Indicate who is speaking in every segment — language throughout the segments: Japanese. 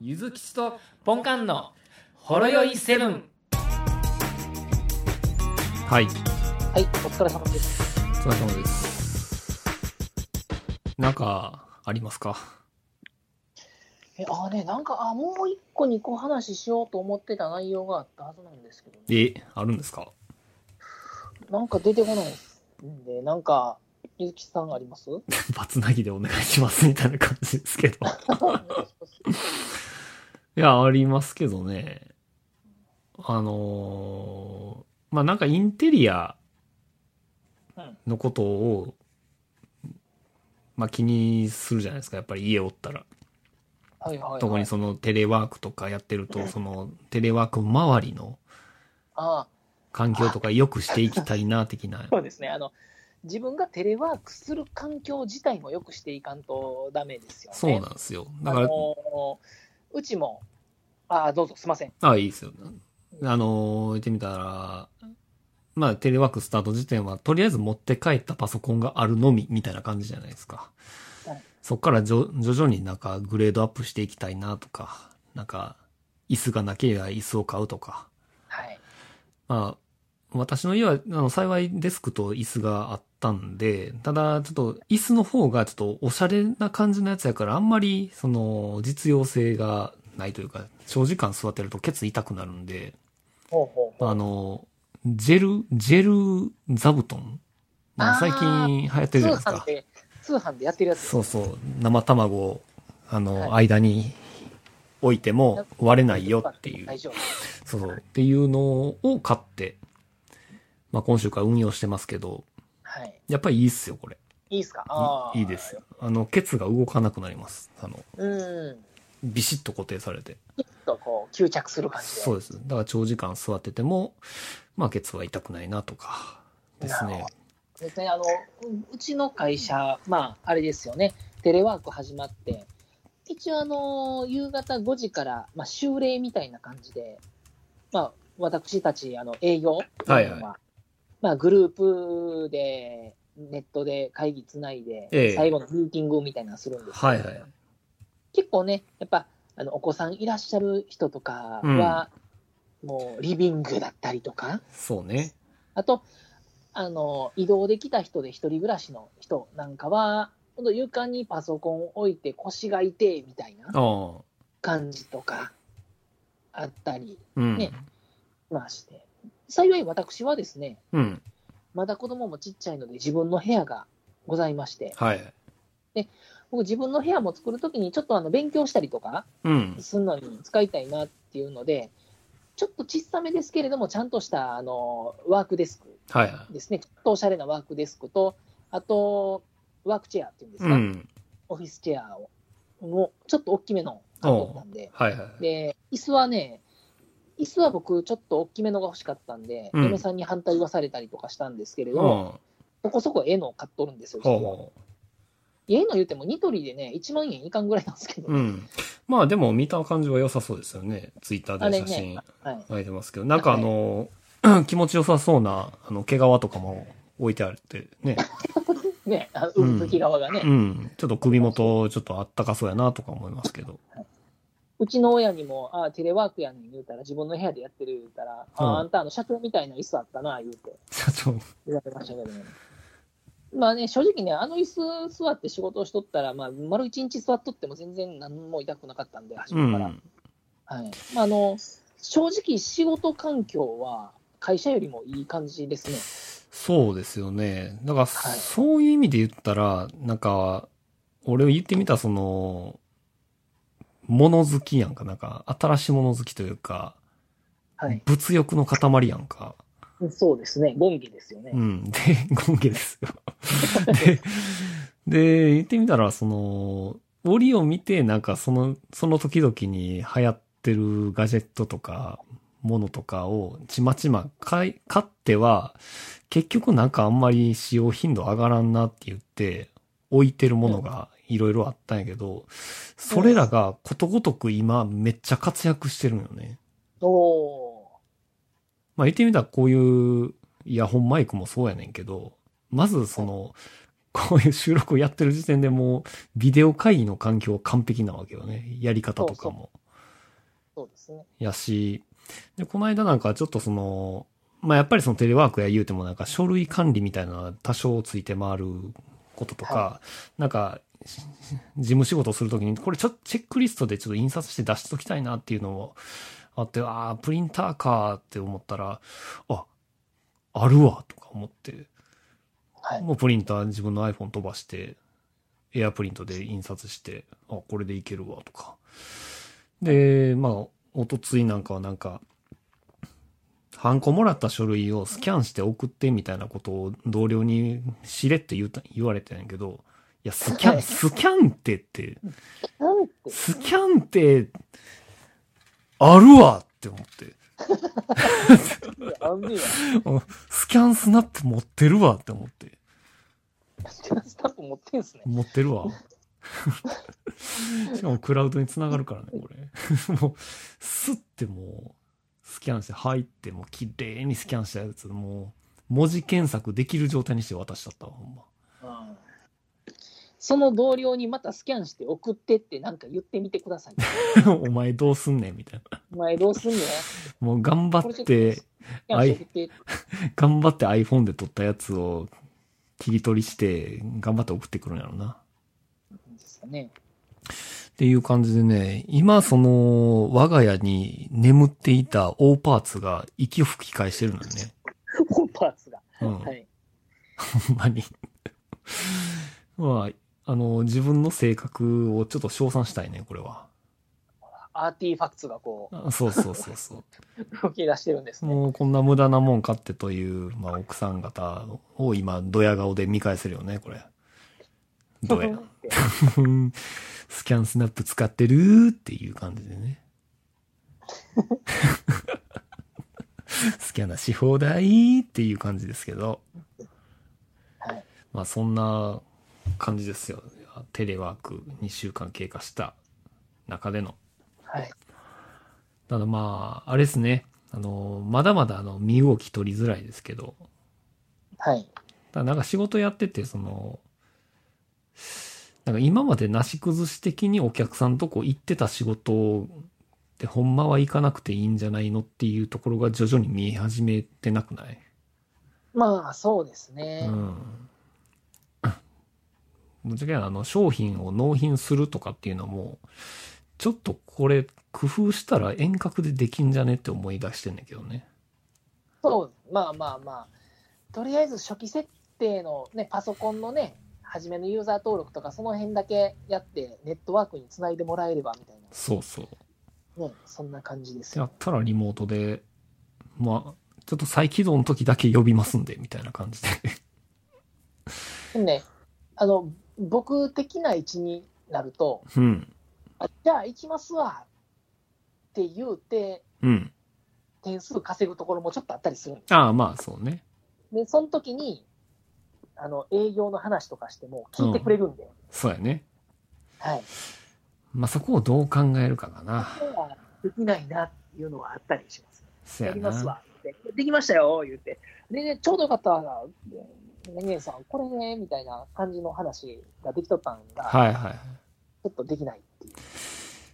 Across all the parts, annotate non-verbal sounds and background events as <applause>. Speaker 1: ゆずきちとポンカンのほろよいセブン。
Speaker 2: はい、お
Speaker 3: はい、お疲れ様です。
Speaker 2: 疲れ様です。なんか、ありますか
Speaker 3: え、あーね、なんか、あ、もう一個二個話しようと思ってた内容があったはずなんですけど、ね、
Speaker 2: え、あるんですか
Speaker 3: なんか出てこないです。んで、なんか、ゆずきさんありま
Speaker 2: <laughs>
Speaker 3: すお
Speaker 2: <laughs> バツなぎでお願いしますみたいな感じですけど。
Speaker 3: 願いします
Speaker 2: <laughs> いや、ありますけどね。あのーまあ、なんかインテリアのことを、まあ、気にするじゃないですか。やっぱり家おったら。
Speaker 3: はいはい、はい。
Speaker 2: 特にそのテレワークとかやってると、そのテレワーク周りの
Speaker 3: あ
Speaker 2: 環境とか良くしていきたいな、的な
Speaker 3: <laughs> ー。そうですね。あの、自分がテレワークする環境自体も良くしていかんとダメですよね。
Speaker 2: そうなんですよ。だか
Speaker 3: あ
Speaker 2: ら、
Speaker 3: のーうちも、あーどうぞ、すいません。
Speaker 2: ああ、いいですよ。あのー、言ってみたら、まあ、テレワークスタート時点は、とりあえず持って帰ったパソコンがあるのみ、みたいな感じじゃないですか
Speaker 3: はい。
Speaker 2: そっからじょ徐々になんかグレードアップしていきたいなとか、なんか、椅子がなければ椅子を買うとか。
Speaker 3: はい。
Speaker 2: まあ、私の家は、あの、幸いデスクと椅子があったんで、ただ、ちょっと、椅子の方がちょっとおしゃれな感じのやつやから、あんまり、その、実用性がないというか、長時間座ってるとケツ痛くなるんで、
Speaker 3: ほうほうほう。
Speaker 2: あの、ジェル、ジェル座布団なんか最
Speaker 3: あ
Speaker 2: 近流行って
Speaker 3: 通
Speaker 2: るじゃないですか
Speaker 3: 販。で、通販でやってるやつ。
Speaker 2: そうそう。生卵を、あの、
Speaker 3: は
Speaker 2: 間に置いても割れないよっていう。
Speaker 3: 大丈夫。
Speaker 2: そうそう。っていうのを買って、まあ今週から運用してますけど、
Speaker 3: はい。
Speaker 2: やっぱりいいっすよ、これ。
Speaker 3: いいですかあー
Speaker 2: いいいです。あの、ケツが動かなくなります。あの、
Speaker 3: うん。
Speaker 2: ビシッと固定されて。
Speaker 3: きっとこう、吸着する感じで。
Speaker 2: そうです。だから長時間座ってても、まあケツは痛くないなとか、です
Speaker 3: なる
Speaker 2: ね
Speaker 3: ほ。別にあの、うちの会社、まあ、あれですよね、テレワーク始まって、一応あの、夕方5時から、まあ、修例みたいな感じで、まあ、私たち、あの、営業
Speaker 2: はいはい
Speaker 3: まあ、グループで、ネットで会議つないで、
Speaker 2: ええ
Speaker 3: 最後のミーティングみたいなのするんですけど
Speaker 2: はいはい。
Speaker 3: 結構ね、やっぱあのお子さんいらっしゃる人とかは、もうリビングだったりとか、
Speaker 2: そうね。
Speaker 3: あと、あの移動できた人で一人暮らしの人なんかは、ほんと床にパソコン置いて腰が痛いみたいな
Speaker 2: ああ。
Speaker 3: 感じとかあったり
Speaker 2: うん。
Speaker 3: ねまあして、幸い私はですね、
Speaker 2: うん。
Speaker 3: まだ子供もちっちゃいので自分の部屋がございまして、
Speaker 2: はい。
Speaker 3: 僕自分の部屋も作るときにちょっとあの勉強したりとか、
Speaker 2: うん。
Speaker 3: すんのに使いたいなっていうので、ちょっと小さめですけれども、ちゃんとしたあのワークデスク
Speaker 2: はいは
Speaker 3: ですね、ちょっとおしゃれなワークデスクと、あと、ワークチェアっていうんで
Speaker 2: い。
Speaker 3: す
Speaker 2: う
Speaker 3: か、
Speaker 2: ん。
Speaker 3: オフィスチェアを、もうちょっと大きめの買っとったんで、
Speaker 2: はいはい。
Speaker 3: で、椅子はね、椅子は僕、ちょっと大きめのが欲しかったんで、
Speaker 2: うん
Speaker 3: 嫁さんに反対はされたりとかしたんですけれ
Speaker 2: うん。
Speaker 3: ども、
Speaker 2: ほ
Speaker 3: そこそこええのを買っとるんですよ、
Speaker 2: う
Speaker 3: 実は。
Speaker 2: ほ
Speaker 3: ええの言っても、ニトリでね、1万円いかんぐらいなんですけど、
Speaker 2: う。うん。まあでも見た感じは良さそうですよね。ツイッタ
Speaker 3: あ
Speaker 2: ーで
Speaker 3: れ
Speaker 2: 写
Speaker 3: ね
Speaker 2: 真、
Speaker 3: はい、 <laughs>
Speaker 2: 上げてますけど。なんかあの、 <clears throat> 気持ちよさそうな、あの、毛皮とかも置いてあるってね。
Speaker 3: ね、あの産む時側がね、
Speaker 2: うん。ちょっと首元、ちょっとあったかそうやなとか思いますけど。
Speaker 3: うちの親にも、ああ、テレワークやねん言うたら、自分の部屋でやってる言うたら、あ
Speaker 2: うん
Speaker 3: ああんたあの社長みたいな椅子あったな、言うて
Speaker 2: 社長。
Speaker 3: 言われましたけどね。まあね、正直ね、あの椅子座って仕事をしとったら、まあ、丸一日座っとっても全然何も痛くなかったんで、初
Speaker 2: う
Speaker 3: めから。
Speaker 2: ん。
Speaker 3: はい。まあ、あの、正直仕事環境は会社よりもいい感じですね。
Speaker 2: そうですよね。だから、
Speaker 3: はい
Speaker 2: そういう意味で言ったら、なんか、俺を言ってみた、その、物好きやんか、なんか、新しい物好きというか、
Speaker 3: はい。
Speaker 2: 物欲の塊やんか。
Speaker 3: そうですね。ゴンギですよね。
Speaker 2: うん。で、 <laughs> ゴンゲですよ。で、で、言ってみたら、その、折を見て、なんかその、その時々に流行ってるガジェットとか、ものとかをちまちま買い、買っては、結局なんかあんまり使用頻度上がらんなって言って、置いてるものがいろいろあったんやけど、それらがことごとく今めっちゃ活躍してるのよね。
Speaker 3: おー。
Speaker 2: まあ言ってみたらこういうイヤホンマイクもそうやねんけど、まずその、こういう収録をやってる時点でもう、ビデオ会議の環境完璧なわけよね。やり方とかも。
Speaker 3: そうですね。
Speaker 2: やし、で、この間なんかちょっとその、まあ、やっぱりそのテレワークや言うてもなんか書類管理みたいなのは多少ついて回ることとか、
Speaker 3: は
Speaker 2: なんか、し事務仕事するときに、これちょっとチェックリストでちょっと印刷して出しときたいなっていうのもあって、ああ、プリンターかーって思ったら、あ、あるわとか思って、
Speaker 3: はい。
Speaker 2: もうプリンター自分の iPhone 飛ばして、エアプリントで印刷して、あ、これでいけるわ、とか。で、まあ、おとついなんかはなんか、ハンコもらった書類をスキャンして送ってみたいなことを同僚にしれって言うた言われてんやけど、いや、スキャン、スキャンってって、
Speaker 3: なんて、
Speaker 2: スキャンって、あるわって思って。
Speaker 3: あんねや。
Speaker 2: スキャンスナップ持ってるわって思って。
Speaker 3: <laughs> スタッフ持ってんすね。
Speaker 2: 持ってるわ。しかもクラウドにつながるからね、これ。 <laughs> もう、スッてもう、スキャンして、入って、もう綺麗にスキャンしたやつ、もう、文字検索できる状態にして渡しちゃったわ、ほんま。 <laughs>
Speaker 3: うんその同僚にまたスキャンして送ってってなんか言ってみてください。
Speaker 2: お前どうすんねん、みたいな。
Speaker 3: お前どうすんの
Speaker 2: もう頑張
Speaker 3: これちょ
Speaker 2: っ
Speaker 3: っと
Speaker 2: て
Speaker 3: ス、キャンして送って。
Speaker 2: 頑張って iPhone で撮ったやつを切り取りして、頑張って送ってくるんやろな。
Speaker 3: ですよね。
Speaker 2: っていう感じでね、今その、我が家に眠っていたオーパーツが息を吹き返してるのよね。
Speaker 3: コンパーツが。
Speaker 2: うん。
Speaker 3: はい。
Speaker 2: ほんまに。 <laughs> まあ、あの、自分の性格をちょっと称賛したいね、これは。
Speaker 3: アーティファクツがこ、
Speaker 2: あそうそう <laughs> そうそう
Speaker 3: 動き出してるんです
Speaker 2: う。
Speaker 3: ね。
Speaker 2: もうこんな無駄なもん買ってという、まあ、奥さん方を今、ドヤ顔で見返せるよね、これ。ドヤ。スキャンスナップ使ってるーっていう感じでね。 <laughs> スキャナーし放題っていう感じですけど。
Speaker 3: はい
Speaker 2: まあそんな感じですよ。テレワーク2週間経過した中での。
Speaker 3: はい。
Speaker 2: ただまあ、あれですね。あの、まだまだあの、身動き取りづらいですけど。
Speaker 3: はい。
Speaker 2: ただなんか仕事やってて、その、なんか今までなし崩し的にお客さんとこ行ってた仕事ってほんまは行かなくていいんじゃないのっていうところが徐々に見え始めてなくない
Speaker 3: まあ、そうです
Speaker 2: う
Speaker 3: ね。
Speaker 2: ん。ぶっちゃけあの商品を納品するとかっていうのも、ちょっとこれ工夫したら遠隔でできんじゃねって思い出してんだけどね。
Speaker 3: そう、まあまあまあ。とりあえず初期設定のね、パソコンのね、初めのユーザー登録とか、その辺だけやって、ネットワークにつないでもらえればみたい
Speaker 2: そうそう。
Speaker 3: な、ね、そんな感じです
Speaker 2: や
Speaker 3: よ
Speaker 2: っ。たらリモートで、まあ、ちょっと再起動の時だけ呼びますんで、みたいな感じで。
Speaker 3: でもね、あの、僕的な位置になると、
Speaker 2: うん。
Speaker 3: あじゃあ行きますわって言うて、
Speaker 2: うん。
Speaker 3: 点数稼ぐところもちょっとあったりするんです
Speaker 2: ああ、まあ、そうね。
Speaker 3: で、その時に、あの、営業の話とかしても聞いてくれるんで、
Speaker 2: そうやね。
Speaker 3: はい。
Speaker 2: まあ、そこをどう考えるかかな。
Speaker 3: 今日はできないなっていうのはあったりします。
Speaker 2: そう
Speaker 3: や
Speaker 2: や
Speaker 3: ります
Speaker 2: な。
Speaker 3: わ。でできましたよ、言って。でね、ちょうどよかったわな。何々さん、これね、みたいな感じの話ができとったんが、
Speaker 2: はいはい。
Speaker 3: ちょっとできないっていう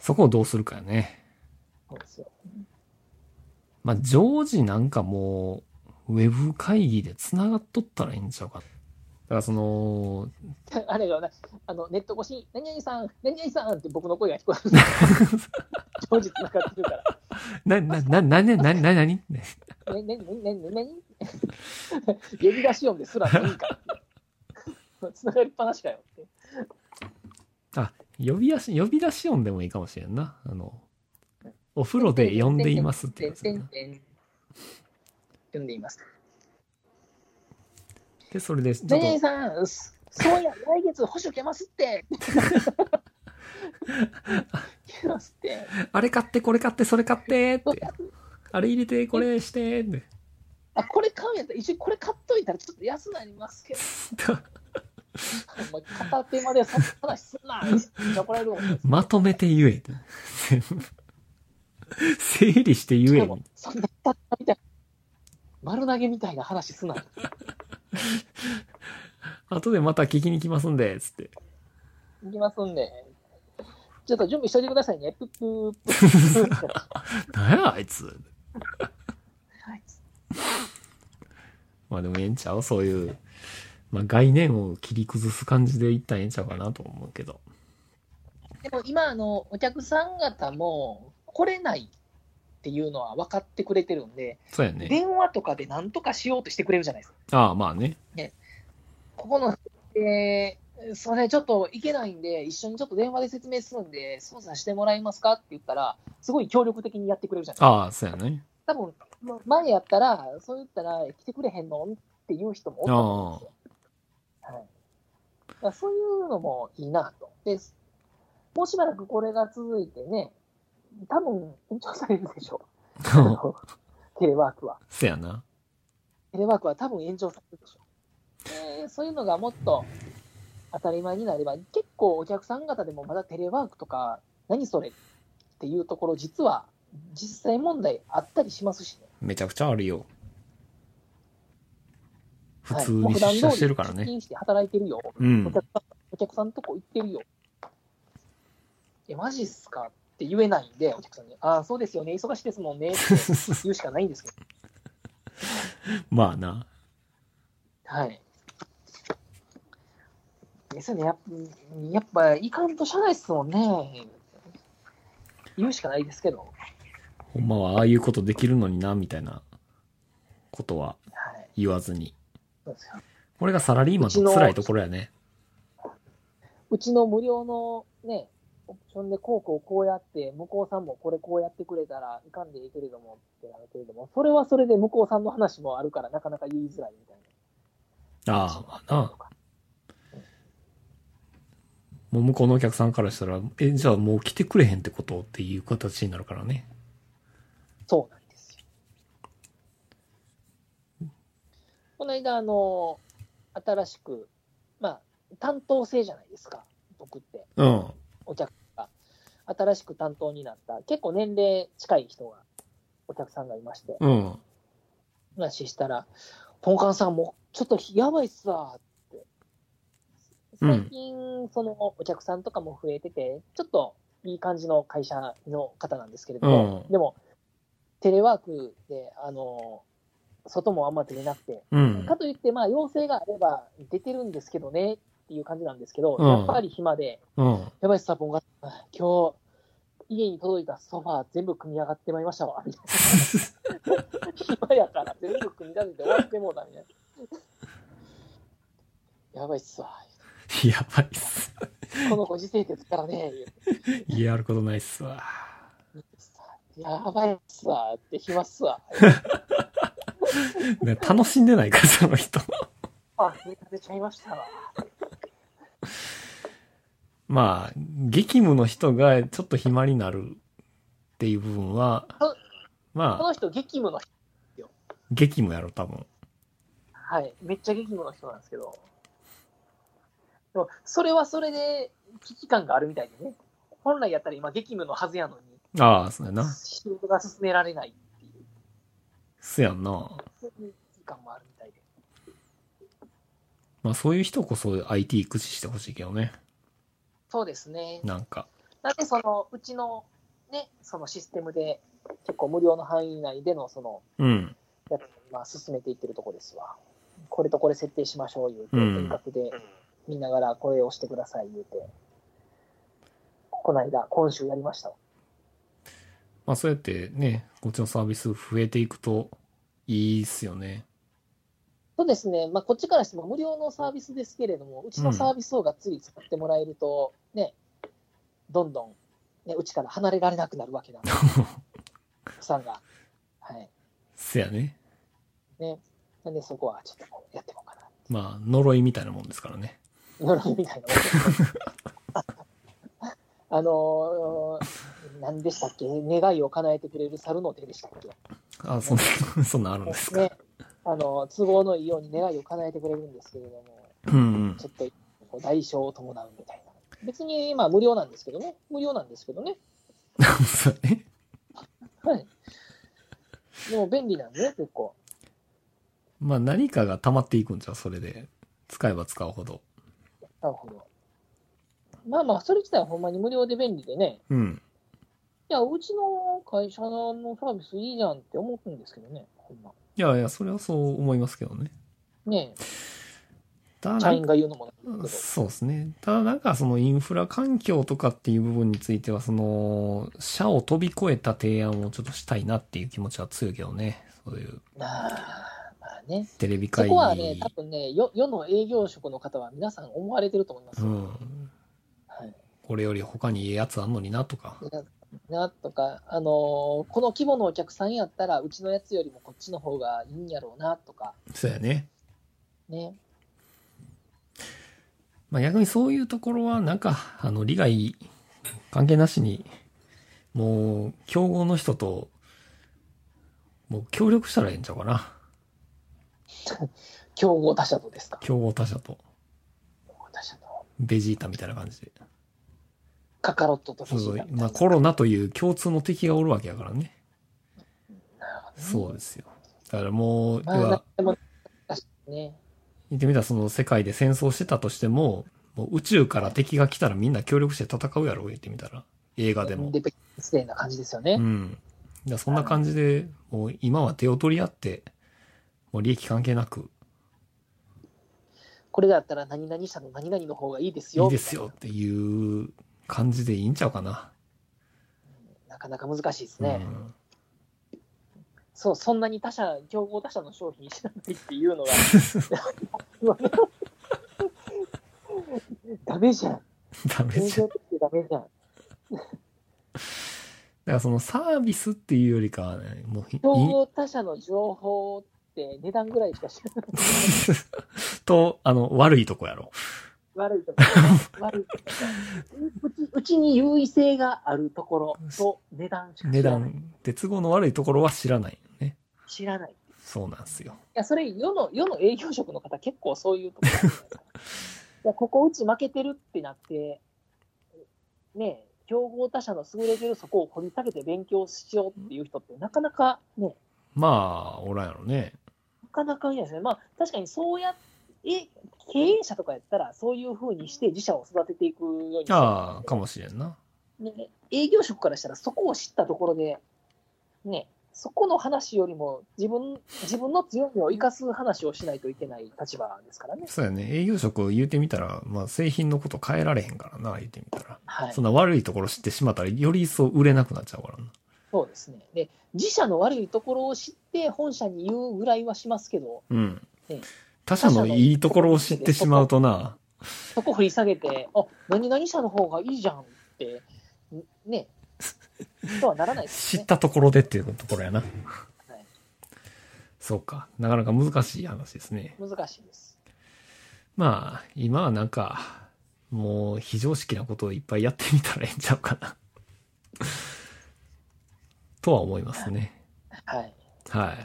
Speaker 2: そこをどうするかやね。
Speaker 3: ことですよ。 <laughs>
Speaker 2: まあ、常時なんかもう、ウェブ会議で繋がっとったらいいんちゃうか。だからその、
Speaker 3: あれがね、あの、ネット越しに、何々さん、何々さんって僕の声が聞こえる
Speaker 2: <laughs>
Speaker 3: んですよ。常時繋がってるから。
Speaker 2: な、な、な、な、な、な、な、なに
Speaker 3: ね、ね、ね、ね、ね、ね、 <laughs> 呼び出し音ですらいい <laughs> から。つながりっぱなしかよって。
Speaker 2: あ、 <laughs> 呼び出し、呼び出し音でもいいかもしれんな。あの、お風呂で呼んでいますって
Speaker 3: て
Speaker 2: や
Speaker 3: ん
Speaker 2: つ
Speaker 3: て
Speaker 2: や
Speaker 3: ん
Speaker 2: な。
Speaker 3: てん。呼んでいます。
Speaker 2: で、それで、ちょっ
Speaker 3: ジェニー
Speaker 2: と、
Speaker 3: さん、そそうや、来月保守受けますって。受けますって。
Speaker 2: あれ買って、これ買って、それ買って、って。あれ入れて、これして、って。
Speaker 3: あ、これ買うんやったら、一応これ買っといたらちょっと安なりますけど、お前片手までそんな話すんな。めっちゃ怒られるもんね。
Speaker 2: まとめて言え。整理して言え。
Speaker 3: そんな、たったみたいな。丸投げみたいな話すな。
Speaker 2: 後でまた聞きに来ますんで、つって。
Speaker 3: 行きますんで、ちょっと準備しといてくださいね。プップープップー
Speaker 2: なんやあいつ。
Speaker 3: はい
Speaker 2: まあでもええんちゃうそういう、まあ概念を切り崩す感じでいったらええんちゃうかなと思うけど。
Speaker 3: <laughs> でも今、あの、お客さん方も来れないっていうのは分かってくれてるんで、
Speaker 2: そうやね。
Speaker 3: 電話とかで何とかしようとしてくれるじゃないですか。
Speaker 2: ああ、まあね。
Speaker 3: ここの、えーそれちょっといけないんで、一緒にちょっと電話で説明するんで、操作してもらえますかって言ったら、すごい協力的にやってくれるじゃないですか。
Speaker 2: ああ、そうやね。 <laughs>
Speaker 3: 多分、ま前やったら、そう言ったら、来てくれへんのっていう人もおったと思うんですよ。はい、だからそういうのもいいなと。で、もうしばらくこれが続いてね、多分延長されるでしょ
Speaker 2: <laughs>
Speaker 3: う。あのテレワークは。
Speaker 2: そうやな。
Speaker 3: テレワークは多分延長されるでしょう。でそういうのがもっと当たり前になれば、結構お客さん方でもまだテレワークとか、何それっていうところ、実は実際問題あったりしますしね。
Speaker 2: めちゃくちゃあるよ。普
Speaker 3: はい
Speaker 2: 通に出社してるから
Speaker 3: もう普段通り出
Speaker 2: ね。
Speaker 3: 勤して働いてるよ。
Speaker 2: うん
Speaker 3: お客さん、お客さんとこ行ってるよ。え、マジっすかって言えないんで、お客さんに。ああ、そうですよね。忙しいですもんね。って言うしかないんですけど。
Speaker 2: まあな。 <laughs>
Speaker 3: はい。ですよね。やっやっぱ、いかんと社内っすもんね。言うしかないですけど。
Speaker 2: ほんまはああいうことできるのにな、みたいなことは
Speaker 3: はい。
Speaker 2: 言わずに。
Speaker 3: そうですよ
Speaker 2: これがサラリーマンの辛いところやね。
Speaker 3: うちの無料のね、オプションでこうこうこうやって、向こうさんもこれこうやってくれたらいかんでいいけれどもってなるけれども、それはそれで向こうさんの話もあるからなかなか言いづらいみたいな。
Speaker 2: ああ、まあな。もう向こうのお客さんからしたら、え、じゃあもう来てくれへんってことっていう形になるからね。
Speaker 3: そうなんですよ。この間、あの、新しく、まあ、担当制じゃないですか、僕って。
Speaker 2: うん。
Speaker 3: お客さんが。新しく担当になった、結構年齢近い人が、お客さんがいまして。
Speaker 2: うん。
Speaker 3: 話したら、ポンカンさんもうちょっとやばいっすわって。
Speaker 2: うん
Speaker 3: 最近、そのお客さんとかも増えてて、ちょっといい感じの会社の方なんですけれども、
Speaker 2: うん
Speaker 3: でも、テレワークで、あの、外もあんま出れなくて、
Speaker 2: うん
Speaker 3: か。といって、まあ、要請があれば出てるんですけどねっていう感じなんですけど、
Speaker 2: うん
Speaker 3: やっぱり暇で、
Speaker 2: うん。 <laughs>
Speaker 3: やばいっすわ、ポンカンさん、今日、家に届いたソファー全部組み上がってまいりましたわ、みたいな。今やから全部組み立てて終わってもうだみたいな。やばいっすわ。
Speaker 2: やばいっす。
Speaker 3: このご時世ですからね。言うて
Speaker 2: やることないっすわ。
Speaker 3: やばいっすわ。って暇っすわ。
Speaker 2: ね楽しんでないか、その人。
Speaker 3: あ、組み立てちゃいましたわ。
Speaker 2: まあ、激務の人がちょっと暇になるっていう部分は
Speaker 3: あ、こ
Speaker 2: まあ、
Speaker 3: の人激務の人。
Speaker 2: 激務やろ、多分。
Speaker 3: はい。めっちゃ激務の人なんですけど。でも、それはそれで危機感があるみたいでね。本来やったら今激務のはずやのに、
Speaker 2: ああ、そうやな。
Speaker 3: 仕事が進められないっていう、
Speaker 2: そうやんな。
Speaker 3: そういう危機感もあるみたいで。
Speaker 2: まあ、そういう人こそ IT 駆使してほしいけどね。
Speaker 3: そうですね。
Speaker 2: なんか。
Speaker 3: なんで、その、うちの、ね、そのシステムで、結構無料の範囲内での、その、
Speaker 2: うん。
Speaker 3: やつまあ、進めていってるとこですわ。これとこれ設定しましょう、言うて、
Speaker 2: うん
Speaker 3: 遠隔で見ながら、これを押してください、言うて。この間、今週やりましたわ。
Speaker 2: まあ、そうやってね、こっちのサービス増えていくといいっすよね。
Speaker 3: そうですね、まあ、こっちからしても無料のサービスですけれども、うちのサービスをがっつり使ってもらえると、ね、どんどん、ね、うちから離れられなくなるわけ <laughs> なんで、お客さんが。はい。
Speaker 2: せやね。
Speaker 3: ね。なんで、そこはちょっとこうやっていこうかな。
Speaker 2: まあ、呪いみたいなもんですからね。
Speaker 3: 呪いみたいなもん <laughs> あのー、何でしたっけ願いを叶えてくれる猿の手でしたっけ
Speaker 2: あ、そんな、 <laughs> そんなんあるんですか。
Speaker 3: ね。あのー、都合のいいように願いを叶えてくれるんですけれども、
Speaker 2: うんうん。
Speaker 3: ちょっとこう代償を伴うみたいな。別に、まあ無料なんですけどね。無料なんですけどね。
Speaker 2: そうやね。
Speaker 3: はい。でも便利なんでね、結構。
Speaker 2: まあ、何かが溜まっていくんじゃう、それで。使えば使うほど。
Speaker 3: なるほど。まあまあ、それ自体はほんまに無料で便利でね、
Speaker 2: うん。
Speaker 3: いや、うちの会社のサービスいいじゃんって思うんですけどね、ほんま。
Speaker 2: いやいや、それはそう思いますけどね。
Speaker 3: ね
Speaker 2: ただ
Speaker 3: え、
Speaker 2: な
Speaker 3: 社
Speaker 2: ん
Speaker 3: 員
Speaker 2: か
Speaker 3: が言うのもなんです
Speaker 2: そうですね。ただなんかそのインフラ環境とかっていう部分については、その、社を飛び越えた提案をちょっとしたいなっていう気持ちは強いけどね。そういう
Speaker 3: けど。なあ、まあね。
Speaker 2: テレビ
Speaker 3: そ
Speaker 2: 会議。
Speaker 3: こはね、多分ね、よ世の営業職の方は皆さん思われてると思います
Speaker 2: う
Speaker 3: よ。
Speaker 2: ん。
Speaker 3: はい
Speaker 2: これより他にいいやつあんのになとか。
Speaker 3: ななとか、あのーこの規模のお客さんやったら、うちのやつよりもこっちの方がいいんやろうなとか、
Speaker 2: そうやね。
Speaker 3: ね。
Speaker 2: まあ逆にそういうところはなんか、あの、利害関係なしに、もう、競合の人と、もう協力したらええんちゃうかな。
Speaker 3: 競合他社とですか。
Speaker 2: 競合他社と。
Speaker 3: 競合他社と。
Speaker 2: ベジータみたいな感じで。
Speaker 3: カカロットと
Speaker 2: そう
Speaker 3: フジ
Speaker 2: そ
Speaker 3: ー
Speaker 2: う
Speaker 3: タみたいな
Speaker 2: まあコロナという共通の敵がおるわけやからね。
Speaker 3: なるほどね
Speaker 2: そうですよ。だからもう、
Speaker 3: ま
Speaker 2: 要
Speaker 3: あ、
Speaker 2: は、
Speaker 3: でも、確かにね。
Speaker 2: 言ってみたらその世界で戦争してたとしても、もう宇宙から敵が来たらみんな協力して戦うやろ、言ってみたら。映画でも。
Speaker 3: で、失礼な感じですよね。
Speaker 2: うん。だからそんな感じで、もう今は手を取り合って、もう利益関係なく、
Speaker 3: これだったら何々社の何々の方がいいですよ。
Speaker 2: いいですよっていう感じでいいんちゃうかな。
Speaker 3: なかなか難しいですね。
Speaker 2: うん <laughs>
Speaker 3: そう、そんなに他社、競合他社の商品知らないっていうのが、 <laughs> ダメじゃん。
Speaker 2: ダメ
Speaker 3: 営
Speaker 2: じゃん。
Speaker 3: 業ってダメじゃん。
Speaker 2: だからそのサービスっていうよりかはね、もうひ、
Speaker 3: 競合他社の情報って値段ぐらいしか知らない。
Speaker 2: <laughs> と、あの、悪いとこやろ。
Speaker 3: 悪いところ。悪いところうち。うちに優位性があるところと値段しか
Speaker 2: 値
Speaker 3: 知らない。
Speaker 2: 段、鉄合の悪いところは知らないよね。
Speaker 3: 知らない。い
Speaker 2: そうなんですよ。
Speaker 3: や、それ、世の、世の営業職の方結構そういうところあるじ
Speaker 2: <laughs>
Speaker 3: ゃないですか。いや、ここうち負けてるってなって、ねえ、競合他社の優れてるそこを掘り下げて勉強しようっていう人ってなかなかね、
Speaker 2: まあ、おらんやろね。
Speaker 3: なかなかいないですね。まあ、確かにそうやえ経営者とかやったら、そういうふうにして自社を育てていくようにして
Speaker 2: ああ、かもしれんな。
Speaker 3: ね、営業職からしたら、そこを知ったところで、ね、そこの話よりも自分、自分の強みを生かす話をしないといけない立場ですからね。
Speaker 2: そうやね。営業職を言うてみたら、まあ、製品のこと変えられへんからな、言うてみたら。
Speaker 3: はい
Speaker 2: そん、な悪いところ知ってしまったら、より一層売れなくなっちゃうからな。
Speaker 3: そうですねで。自社の悪いところを知って、本社に言うぐらいはしますけど、
Speaker 2: うん
Speaker 3: ええ。
Speaker 2: 他社のいいところを知ってしまうとな、
Speaker 3: そこ振り下げて、あ何々社の方がいいじゃんって、ん
Speaker 2: <laughs>
Speaker 3: ね、とはならないです
Speaker 2: 知
Speaker 3: よ
Speaker 2: っ
Speaker 3: ね。
Speaker 2: たところでっていうところやな。
Speaker 3: はい
Speaker 2: そうか。なかなか難しい話ですね。
Speaker 3: 難しいです。
Speaker 2: まあ、今はなんか、もう非常識なことをいっぱいやってみたらええんちゃうかな。とは思いますね。
Speaker 3: はい。
Speaker 2: はい。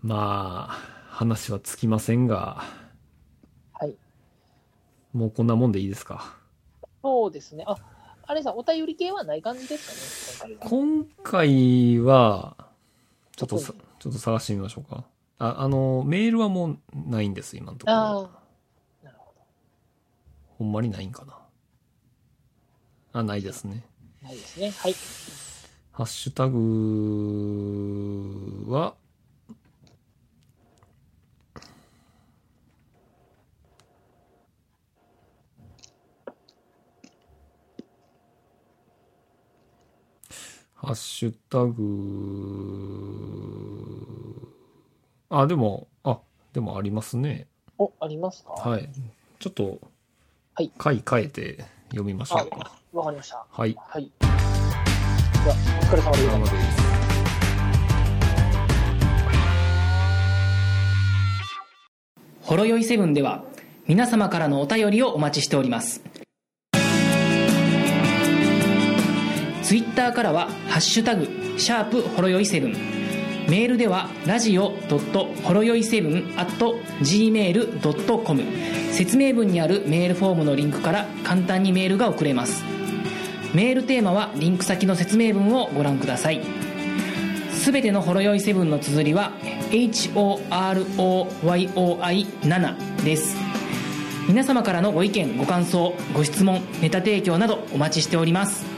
Speaker 2: まあ、話はつきませんが、
Speaker 3: はい。
Speaker 2: もうこんなもんでいいですか。
Speaker 3: そうですね。あ、あれさん、お便り系はない感じですかね、今回
Speaker 2: 今回
Speaker 3: は。
Speaker 2: は、ちょっとさ
Speaker 3: 特に
Speaker 2: ちょっと探してみましょうか。あ、あの、メールはもうないんです、今のとこ
Speaker 3: あ
Speaker 2: ろ。
Speaker 3: あ、なるほ
Speaker 2: ほんまにないんかな。あ、ないですね。
Speaker 3: ど。ないですね。はい。
Speaker 2: ハッシュタグは、ハッシュタグ、あ、でも、あ、でもありますね。
Speaker 3: お、ありますかい。
Speaker 2: はい。ちょっと
Speaker 3: はい、
Speaker 2: 回変えて読みましょうか。
Speaker 3: わかりました。
Speaker 2: はい。
Speaker 3: はい。では、お疲れ様で
Speaker 2: お疲
Speaker 3: ご
Speaker 2: れ様で
Speaker 3: ざいま。
Speaker 2: すす。
Speaker 1: ほろよいセブンでは皆様からのお便りをお待ちしておりますツイッターからは「ハッシュタグシャープほろよいセブン」メールではラジオほろよい7 gmail.com 説明文にあるメールフォームのリンクから簡単にメールが送れますメールテーマはリンク先の説明文をご覧くださいすべてのほろ酔いセブンの綴りは HOROYOI7 です
Speaker 3: 皆様からのご意見ご感想ご質問ネタ提供などお待ちしております